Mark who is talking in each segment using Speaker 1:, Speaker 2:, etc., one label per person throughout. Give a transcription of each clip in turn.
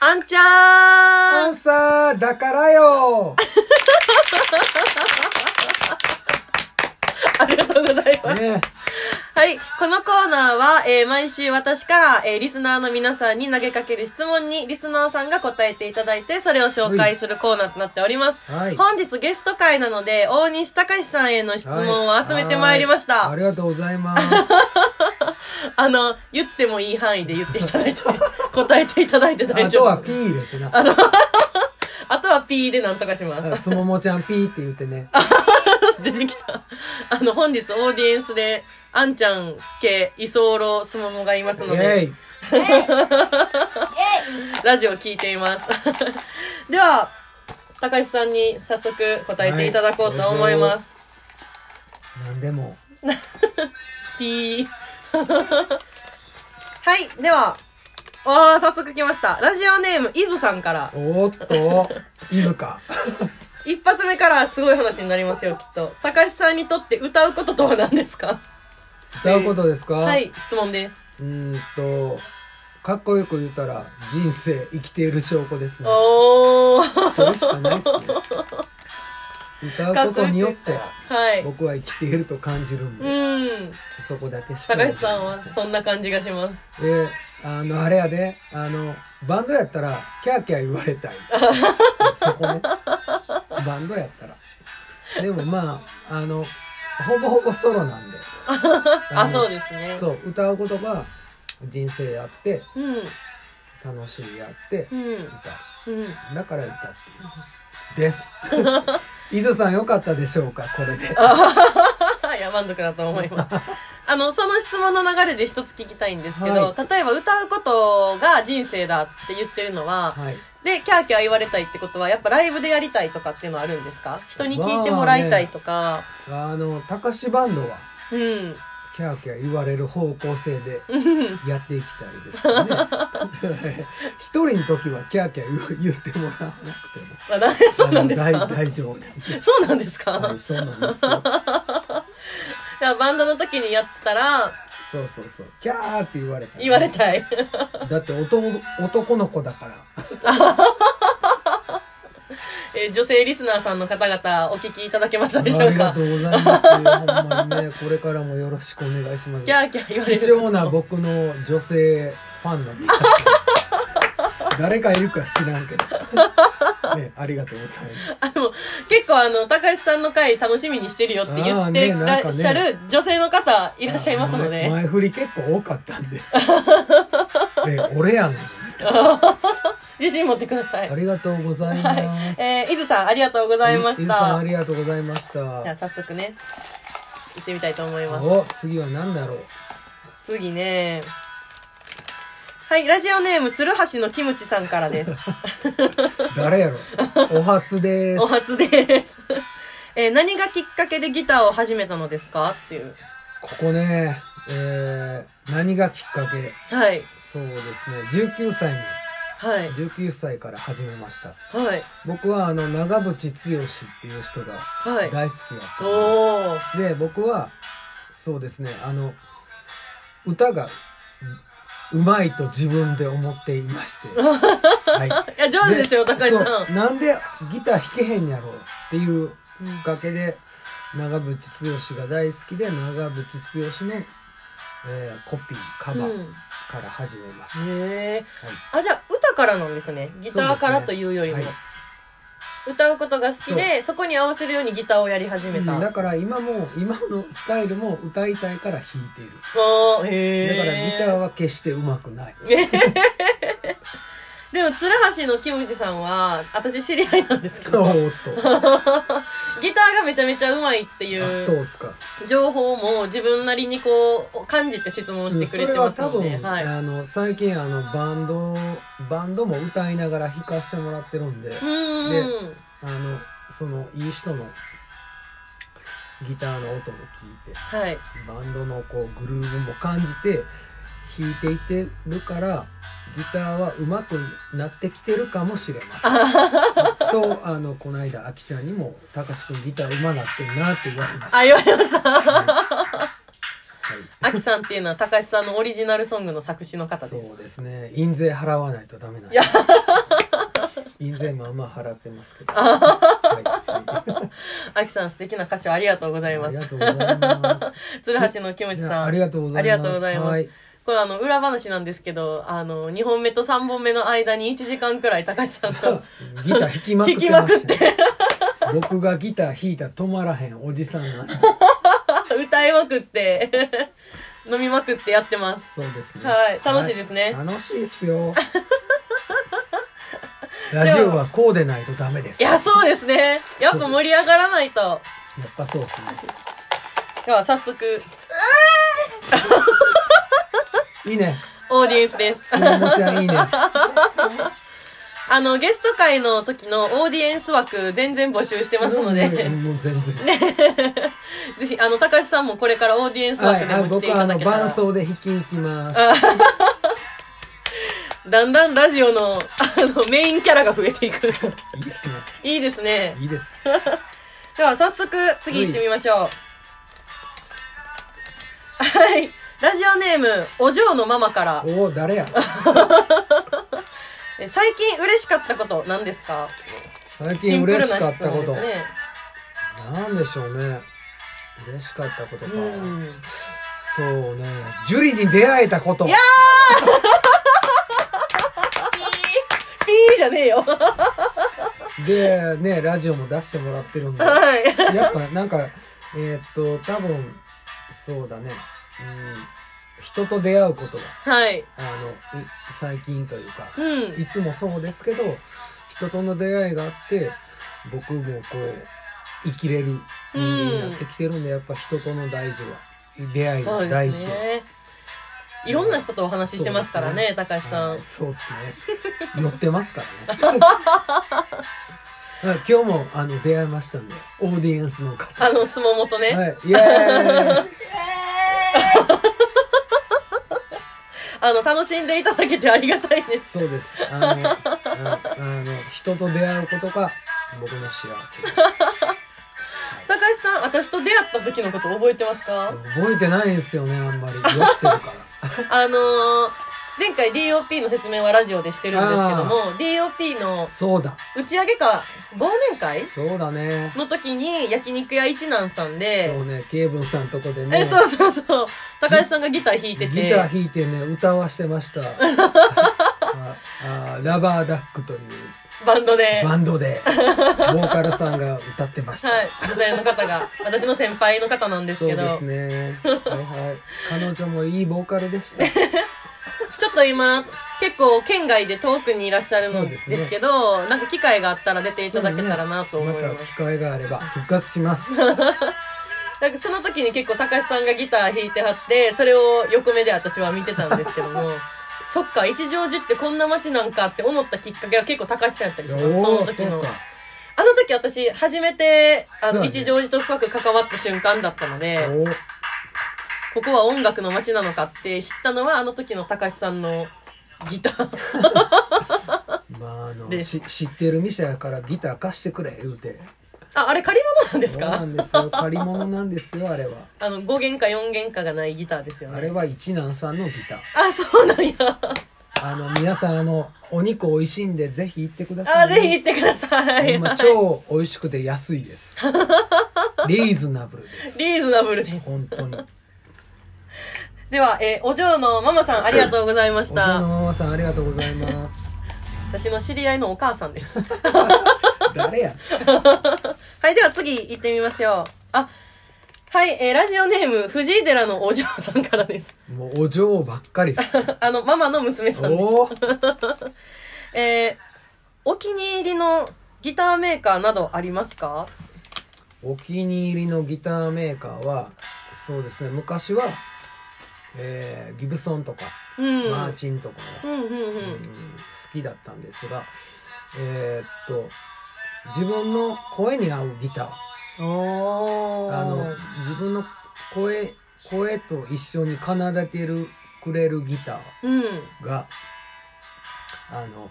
Speaker 1: あんち
Speaker 2: ア
Speaker 1: ゃ
Speaker 2: ン
Speaker 1: ん
Speaker 2: サーだからよ
Speaker 1: ありがとうございます。
Speaker 2: ね
Speaker 1: はい。このコーナーは、えー毎週私から、えーリスナーの皆さんに投げかける質問に、リスナーさんが答えていただいて、それを紹介するコーナーとなっております。
Speaker 2: はい
Speaker 1: 本日ゲスト会なので、大西隆史さんへの質問を集めてまいりました。
Speaker 2: はいありがとうございます。
Speaker 1: あの、言ってもいい範囲で言っていただ いて、答えていただいて 大
Speaker 2: あ
Speaker 1: 丈夫。
Speaker 2: とは
Speaker 1: あ
Speaker 2: ピー入れてな。
Speaker 1: とはピーでなんとかします。
Speaker 2: すももちゃんピーって言ってね。
Speaker 1: 出てきた。 あの、本日オーディエンスで、あんちゃん系居候すももがいます
Speaker 2: イ
Speaker 1: ので、
Speaker 2: ェイ
Speaker 1: ラジオ聞いています。 では、高橋さんに早速答えていただこうと思います。
Speaker 2: なんでも。
Speaker 1: ピー。 はい、では、あー、早速来ました。ラジオネーム、イズさんから。
Speaker 2: おーっと、いずか。
Speaker 1: 一発目からすごい話になりますよ、きっと。高橋さんにとって歌うこととは何ですか
Speaker 2: 歌うことですか
Speaker 1: は。い、質問です。
Speaker 2: うーんと、かっこよく言ったら、人生生きている証拠ですね。
Speaker 1: おー。
Speaker 2: それしかないっすね。歌うことによって、
Speaker 1: はい。
Speaker 2: 僕は生きていると感じるんで、
Speaker 1: うん。
Speaker 2: そこだけしか
Speaker 1: 高橋さんはそんな感じがします。
Speaker 2: で、あの、あれやで、あの、バンドやったら、キャーキャー言 われたい。そこね。バンドやったら。でもまあ、あの、ほぼほぼソロなんで。
Speaker 1: あ、そう
Speaker 2: で
Speaker 1: ですね。う。
Speaker 2: そう、歌うことが、人生やって、
Speaker 1: ん。
Speaker 2: 楽しいやって、
Speaker 1: うん。
Speaker 2: 歌
Speaker 1: うん。
Speaker 2: う。だから歌ってい う。です。伊豆さん良かったでしょうか、これ で。
Speaker 1: いや、満足だと思います。 あの、その質問の流れで一つ聞きたいんですけど、
Speaker 2: は
Speaker 1: 例えば歌うことが人生だって言ってるのは、
Speaker 2: はい。
Speaker 1: で、キャーキャー言われたいってことは、やっぱライブでやりたいとかっていうのはあるんですか人に聞いてもらいたいとか、
Speaker 2: あの、たかしバンドは、
Speaker 1: うん。
Speaker 2: キャーキャー言われる方向性でやっていきたいですよね。 一人の時はキャーキャー言う言ってもらわなくても。
Speaker 1: あ なそうなんです
Speaker 2: あの
Speaker 1: か
Speaker 2: 大大丈 夫です。
Speaker 1: そうなんですか、
Speaker 2: はい、そうなんですよ。
Speaker 1: じゃあバンドの時にやってたら、
Speaker 2: そうそうそう。キャーって言われた、
Speaker 1: 言われたい。
Speaker 2: だって男男の子だから。
Speaker 1: えー女性リスナーさんの方々、お聞きいただけました
Speaker 2: あ
Speaker 1: でしょう
Speaker 2: りが
Speaker 1: か
Speaker 2: とうございます。ほんまにね、これからもよろしくお願いします
Speaker 1: キ。ャーキャー言われる。
Speaker 2: 貴重な僕の女性ファン の皆さん誰かいるか知らんけど。ね、ありがとうございます。
Speaker 1: あの、結構あの、高橋さんの回楽しみにしてるよって言
Speaker 2: あー
Speaker 1: っ
Speaker 2: ね
Speaker 1: て
Speaker 2: なん
Speaker 1: ら
Speaker 2: か
Speaker 1: っ
Speaker 2: ね
Speaker 1: しゃる女性の方いらっしゃいますの
Speaker 2: 前
Speaker 1: で。
Speaker 2: 前振り結構多かっ たんでえ俺やねん
Speaker 1: 自信持ってください
Speaker 2: あ。りがとうございま
Speaker 1: は
Speaker 2: す、
Speaker 1: い。えー、伊豆さん、ありがとうございま
Speaker 2: ゆ
Speaker 1: し
Speaker 2: ゆさん
Speaker 1: た
Speaker 2: あ。りがとうございました
Speaker 1: じゃあ早速ね、行ってみたいと思います。
Speaker 2: お次は何だろう
Speaker 1: 次ね。はい、ラジオネーム、鶴橋のキムチさんから です。
Speaker 2: 誰やろ お初で
Speaker 1: お
Speaker 2: す
Speaker 1: 初です。 えー何がきっかけでギターを始めたのですかっていう。
Speaker 2: ここね、えー、何がきっかけ
Speaker 1: はい。
Speaker 2: そうですね19歳に
Speaker 1: はい。
Speaker 2: 19歳から始めました
Speaker 1: はい。
Speaker 2: 僕はあの長渕剛っていう人が
Speaker 1: はい。
Speaker 2: 大好きだったんで、
Speaker 1: おー。
Speaker 2: で僕はそうですねあの歌がううまいと自分で思っていまして、 はい
Speaker 1: や、上手ですよ、高橋さん
Speaker 2: そ。うなんでギター弾けへんやろうっていうきっかけで長渕剛が大好きで長渕剛の、えーコピーカバ
Speaker 1: う
Speaker 2: ー
Speaker 1: ん
Speaker 2: から始めました、
Speaker 1: へえ。
Speaker 2: はい
Speaker 1: あ、じゃあ歌からなんですね。ギターからというよりも。
Speaker 2: そうですね
Speaker 1: 歌うことが好きでそ、こに合わせるようにギターをやり始めた。
Speaker 2: うんだから今も今のスタイルも歌いたいから弾いている
Speaker 1: おーへ
Speaker 2: だ
Speaker 1: え。
Speaker 2: からギターは決してうまくない
Speaker 1: でも、鶴橋のキムチさんは、私知り合いなん ですけ
Speaker 2: お
Speaker 1: ど、
Speaker 2: ーっとあ
Speaker 1: ギターがめちゃめちゃ 上手いってい
Speaker 2: そう
Speaker 1: う
Speaker 2: っすか
Speaker 1: 情報も自分なりにこう、感じて質問してくれてますので、
Speaker 2: うんそれは多分、
Speaker 1: はい。
Speaker 2: あの最近あのバンドバンドも歌いながら弾かしてもらってるんで、
Speaker 1: うーん。
Speaker 2: あのそのいい人のギターの音も聞いて
Speaker 1: はい。
Speaker 2: バンドのこうグルーヴも感じて弾いていってるからギターは上手くなってきてるかもしれません。 とあのこの間あきちゃんにも「たかしくんギター上手なってんな」って言われました。
Speaker 1: あ、言われました。
Speaker 2: はい
Speaker 1: アキさんっていうのは高橋さんのオリジナルソングの作詞の方
Speaker 2: そ
Speaker 1: です
Speaker 2: うですね印税払わないとダメなん
Speaker 1: いや
Speaker 2: です 印税もあんま払ってま すけど、はいは
Speaker 1: アキさん素敵な歌詞をありがとうござい
Speaker 2: い、あ
Speaker 1: ま
Speaker 2: り
Speaker 1: す
Speaker 2: がとうございます
Speaker 1: 鶴橋のキムチ
Speaker 2: い
Speaker 1: さん
Speaker 2: やありがとうございます
Speaker 1: ありがとうございます
Speaker 2: はい
Speaker 1: これあの裏話なんですけどあの2本目と3本目の間に1時間くらい高橋さん と
Speaker 2: ギター弾きまくってましたね僕がギター弾いたら止まらへんおじさんなんで
Speaker 1: 歌いまくって 飲みまくってやってます
Speaker 2: そうです ね
Speaker 1: はい楽しいですね
Speaker 2: はい楽しいですよ ラジオはこうでないとダメです
Speaker 1: いやそうですねやっぱ盛り上がらないと
Speaker 2: やっぱそうですね
Speaker 1: では早速
Speaker 2: いい ね
Speaker 1: オーディエンスです
Speaker 2: すももちゃんいいね
Speaker 1: あのゲスト会の時のオーディエンス枠全然募集してますので、
Speaker 2: うんもう全然
Speaker 1: ぜひあの高橋さんもこれからオーディエンス
Speaker 2: は
Speaker 1: 枠
Speaker 2: い、
Speaker 1: で
Speaker 2: あ
Speaker 1: も来
Speaker 2: 僕
Speaker 1: てい
Speaker 2: はあ
Speaker 1: ただ
Speaker 2: の
Speaker 1: けたら、
Speaker 2: 伴奏で弾きに行きます。
Speaker 1: だんだんラジオのあのメインキャラが増えていく
Speaker 2: いいですね。
Speaker 1: いいですね
Speaker 2: いいです。
Speaker 1: では早速次行ってみましょうはいラジオネームお嬢のママから
Speaker 2: おお、誰や。
Speaker 1: え最近嬉しかったこと何ですか
Speaker 2: 最近嬉しかった
Speaker 1: シ
Speaker 2: こ
Speaker 1: ンプ
Speaker 2: と。
Speaker 1: ルな質問ですね
Speaker 2: なんでしょうね。嬉しかったことか。
Speaker 1: うん
Speaker 2: そうね。ジュリに出会えたこと。
Speaker 1: いやピーピーじゃねえよは
Speaker 2: で、ね、ラジオも出してもらってるんで。
Speaker 1: い
Speaker 2: やっぱなんか、えーっと、多分、そうだね。うん。人と出会うことが、
Speaker 1: はい
Speaker 2: あの、い最近というか、
Speaker 1: うん
Speaker 2: いつもそうですけど、人との出会いがあって、僕もこう、生きれる人間になってきてるんで、やっぱ人との大事は、出会い
Speaker 1: そ
Speaker 2: が
Speaker 1: う
Speaker 2: 大
Speaker 1: で
Speaker 2: 事
Speaker 1: す
Speaker 2: と。
Speaker 1: ねいろんな人とお話ししてますからね高橋さん、
Speaker 2: はいそうですね。寄ってますからね。 だから今日もあの出会いましたんで、オーディエンスの方。
Speaker 1: あの相撲元ね、
Speaker 2: はい、イエーイ
Speaker 1: あの楽しんでいただけてありがたいです
Speaker 2: そうです。あの、ああの人と出会うことが僕の 幸せです。
Speaker 1: 高橋さん私と出会った時のこと覚えてますか、
Speaker 2: 覚えてないんですよね、あんまり。酔ってるから。
Speaker 1: あのー前回 DOP の説明はラジオでしてるんですけども DOP の
Speaker 2: そうだ、
Speaker 1: 打ち上げか忘年会
Speaker 2: そうだね。
Speaker 1: の時に焼肉屋一南さん
Speaker 2: そ
Speaker 1: で
Speaker 2: うね、ケイブンさんとこでね。
Speaker 1: えそうそうそう高橋さんがギター弾いてて
Speaker 2: ギター弾いてね、歌わしてま した。ああラバーダックという
Speaker 1: バンドで
Speaker 2: バンドで、ボーカルさんが歌ってました。
Speaker 1: はい、女性の方が私の先輩の方なんです
Speaker 2: そう
Speaker 1: け
Speaker 2: で
Speaker 1: ど、
Speaker 2: すね。はいはい。彼女もいいボーカル でした。
Speaker 1: ちょっと今結構県外で遠くにいらっしゃる
Speaker 2: そ
Speaker 1: ん
Speaker 2: う
Speaker 1: で
Speaker 2: です
Speaker 1: す
Speaker 2: ね
Speaker 1: けど、なんか機会があったら出ていただけたらなと思い
Speaker 2: ま
Speaker 1: ま
Speaker 2: た
Speaker 1: す
Speaker 2: 機会があれば復活します。
Speaker 1: なんかその時に結構高橋さんがギター弾いてはってそれを横目で私は見てたんですけど もそっか一乗寺ってこんな街なんかって思ったきっかけは結構高橋さんやったりしますその
Speaker 2: おー
Speaker 1: 時
Speaker 2: そ
Speaker 1: の
Speaker 2: うか。
Speaker 1: あの時私初めてあ
Speaker 2: そう
Speaker 1: の
Speaker 2: だね
Speaker 1: 一乗寺と深く関わった瞬間だったので、
Speaker 2: おー
Speaker 1: ここは音楽の街なのかって知ったのはあの時の高橋さんのギター
Speaker 2: まあ、あの
Speaker 1: で
Speaker 2: し知ってる店やからギター貸してくれ言うて
Speaker 1: ああれ借り物なんです
Speaker 2: そうな
Speaker 1: か
Speaker 2: んですよ借り物なんですよあれは
Speaker 1: あの5弦か4弦かがないギターですよ
Speaker 2: あれ
Speaker 1: ね
Speaker 2: は一男さんのギター
Speaker 1: あそうなんや
Speaker 2: あの皆さんあのお肉美味しいんでぜひ行ってくださ
Speaker 1: あ
Speaker 2: い、
Speaker 1: ぜひ行ってください、
Speaker 2: ほんま超美味しくて安いですリーズナブルで す
Speaker 1: リーズナブルです
Speaker 2: 本当に
Speaker 1: では、えーお嬢のママさんありがとうございまし
Speaker 2: お茶の
Speaker 1: た
Speaker 2: ママさんありがとうございます
Speaker 1: 私の知り合いのお母さんです
Speaker 2: 誰や
Speaker 1: はいでは次行ってみましょうあはい、えーラジオネーム藤井寺のお嬢さんからです
Speaker 2: もうお嬢ばっかりっす
Speaker 1: あのママの娘さんです
Speaker 2: おー
Speaker 1: えーお気に入りのギターメーカーなどありますか
Speaker 2: お気に入りのギターメーカーはそうですね昔は、えーギブソンとか
Speaker 1: うん。
Speaker 2: マーチンとか
Speaker 1: う
Speaker 2: が、
Speaker 1: んうんうん。
Speaker 2: うん好きだったんですがえーっと自分の声に合うギタ
Speaker 1: お
Speaker 2: ー
Speaker 1: ー。
Speaker 2: あの自分の声声と一緒に奏でてるくれるギタ
Speaker 1: うん。
Speaker 2: ーがあの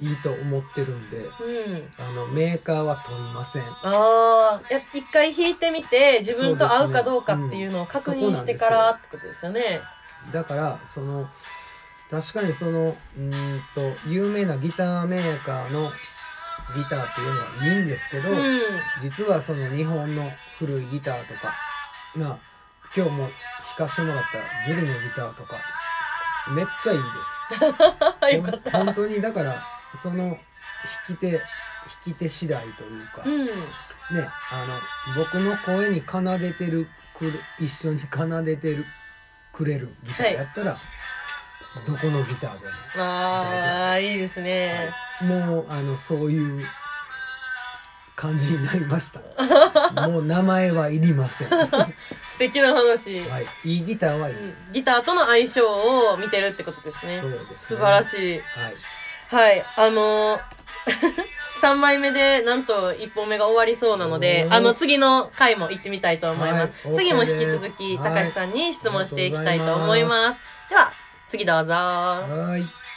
Speaker 2: いいと思ってるんで、
Speaker 1: うん。
Speaker 2: あの、メーカーは問いません。
Speaker 1: ああ、や一回弾いてみて、自分と合うかどうかっていうのを確認してからってことですよね。
Speaker 2: だから、その、確かにその、うーんと、有名なギターメーカーのギターっていうのはいいんですけど、
Speaker 1: うん。
Speaker 2: 実はその日本の古いギターとか、まあ、今日も弾かしてもらったジュリのギターとか、めっちゃいいです。
Speaker 1: あ、よかった。
Speaker 2: ほん本当に、だから、その、弾き手、弾き手次第というか、
Speaker 1: うん。
Speaker 2: ね、あの、僕の声に奏でてる、くる一緒に奏でてる、くれるギターやったら、どこのギターでも。
Speaker 1: ああ、いいですね。
Speaker 2: もう、あの、そういう感じになりました。 もう名前はいりません。は
Speaker 1: 素敵な話。
Speaker 2: い。いいギターはいうい。
Speaker 1: んギターとの相性を見てるってことですね
Speaker 2: そう。です、ね。
Speaker 1: 素晴ら
Speaker 2: い。
Speaker 1: しい。
Speaker 2: は
Speaker 1: は
Speaker 2: い。
Speaker 1: い、あのー、3枚目でなんと1本目が終わりそうなので
Speaker 2: お、ー
Speaker 1: あの次の回も行ってみたいと思います。
Speaker 2: はい
Speaker 1: 次も引
Speaker 2: OK
Speaker 1: き
Speaker 2: です
Speaker 1: 続き、
Speaker 2: はい
Speaker 1: 高橋さんに質問していきたいと思います。では、次どうぞ。
Speaker 2: はーい。